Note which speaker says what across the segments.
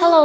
Speaker 1: Hello，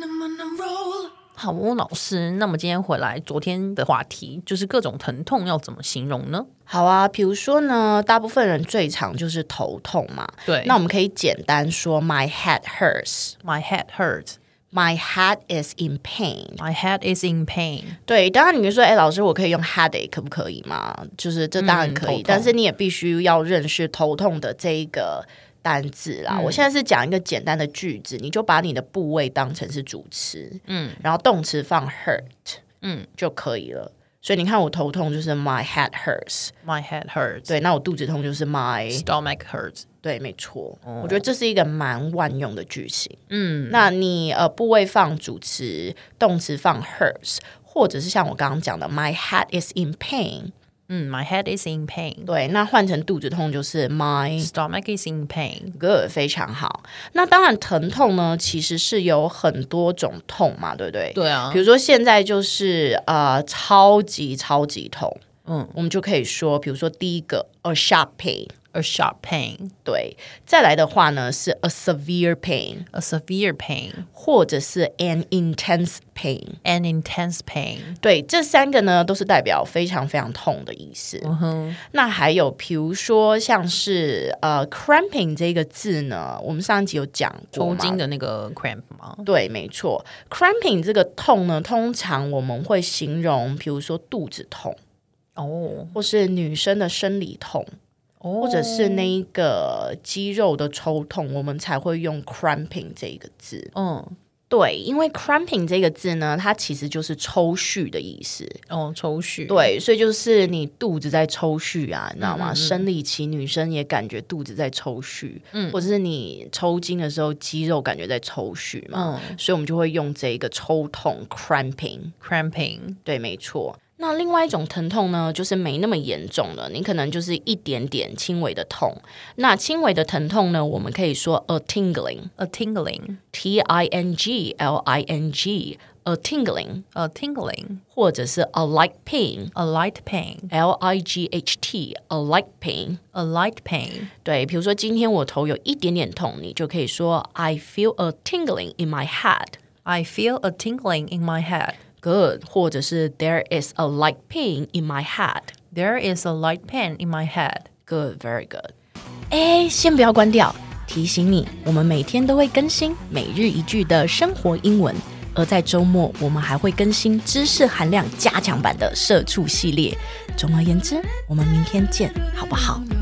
Speaker 2: roll.
Speaker 3: 好哦，老师，那么今天回来，昨天的话题就是各种疼痛要怎么形容呢？
Speaker 1: 好啊，比如说呢，大部分人最常就是头痛嘛。
Speaker 3: 对
Speaker 1: 那我们可以简单说，My head hurts,
Speaker 3: My head hurts,
Speaker 1: my head is in pain。
Speaker 3: my head is in pain。
Speaker 1: 对，当然你说，哎，老师，我可以用 headache 可不可以嘛？就是这当然可
Speaker 3: 嗯头
Speaker 1: 以，
Speaker 3: 痛
Speaker 1: 但是你也必须要认识头痛的这一个单字
Speaker 3: 嗯
Speaker 1: 啦。我现在是讲一个简单的句子，你就把你的部位当成是主词，嗯，然后动词放 hurt，嗯，就可以了。所以你看，我头痛就是 my head hurts，
Speaker 3: My head hurts,
Speaker 1: 对，那我肚子痛就是 my
Speaker 3: stomach hurts。
Speaker 1: 对，没错，我觉得这是一个蛮万用的句型。嗯，那你呃部位放主词，动词放 hers，或者是像我刚刚讲的，my head is in pain。
Speaker 3: 嗯，My head is in pain,
Speaker 1: 对，那换成肚子痛就是 my
Speaker 3: stomach is in pain。
Speaker 1: good，非常好。那当然，疼痛呢其实是有很多种痛嘛，对不对？
Speaker 3: 对啊
Speaker 1: 比如说现在就是呃超级超级痛，嗯
Speaker 3: 嗯，
Speaker 1: 我们就可以说，比如说第一个 a sharp pain，
Speaker 3: A sharp pain,
Speaker 1: 对，再来的话呢是 a severe pain。
Speaker 3: a severe pain,
Speaker 1: 或者是 an intense pain。
Speaker 3: an intense pain。
Speaker 1: 对，这三个呢都是代表非常非常痛的意思。
Speaker 3: 嗯
Speaker 1: 那还有，比如说像是呃 cramping 这个字呢，我们上一集有讲过嘛
Speaker 3: 抽筋。的那个 cramp 吗？
Speaker 1: 对，没错，cramping 这个痛呢，通常我们会形容，比如说肚子痛，
Speaker 3: 哦
Speaker 1: 或是女生的生理痛，
Speaker 3: 哦
Speaker 1: 或者是那一个肌肉的抽痛，我们才会用 cramping 这一个字。
Speaker 3: 嗯
Speaker 1: 对，因为 cramping 这个字呢，它其实就是抽搐的意思。
Speaker 3: 哦，抽搐。
Speaker 1: 对，所以就是你肚子在抽搐啊，你知道吗？生理期女生也感觉肚子在抽搐，嗯，或者是你抽筋的时候肌肉感觉在抽搐嘛，
Speaker 3: 嗯
Speaker 1: 所以我们就会用这一个抽痛 cramping。
Speaker 3: ，cramping。
Speaker 1: 对，没错。那另外一种疼痛呢，就是没那么严重了，你可能就是一点点轻微的痛。那轻微的疼痛呢，我们可以说 a tingling。
Speaker 3: A tingling,
Speaker 1: T I N G L I N G a tingling，
Speaker 3: a tingling,
Speaker 1: 或者是 a light pain
Speaker 3: a light pain,
Speaker 1: L I G H T a light pain。
Speaker 3: a light pain.
Speaker 1: 对，比如说今天我头有一点点痛，你就可以说 I feel a tingling in my head。
Speaker 3: I feel a tingling in my head.
Speaker 1: Good，或者是 There is a light pain in my head。
Speaker 3: There is a light pain in my head.
Speaker 1: Good，very good。哎，先不要关掉，提醒你，我们每天都会更新每日一句的生活英文，而在周末我们还会更新知识含量加强版的社畜系列。总而言之，我们明天见，好不好？
Speaker 2: No,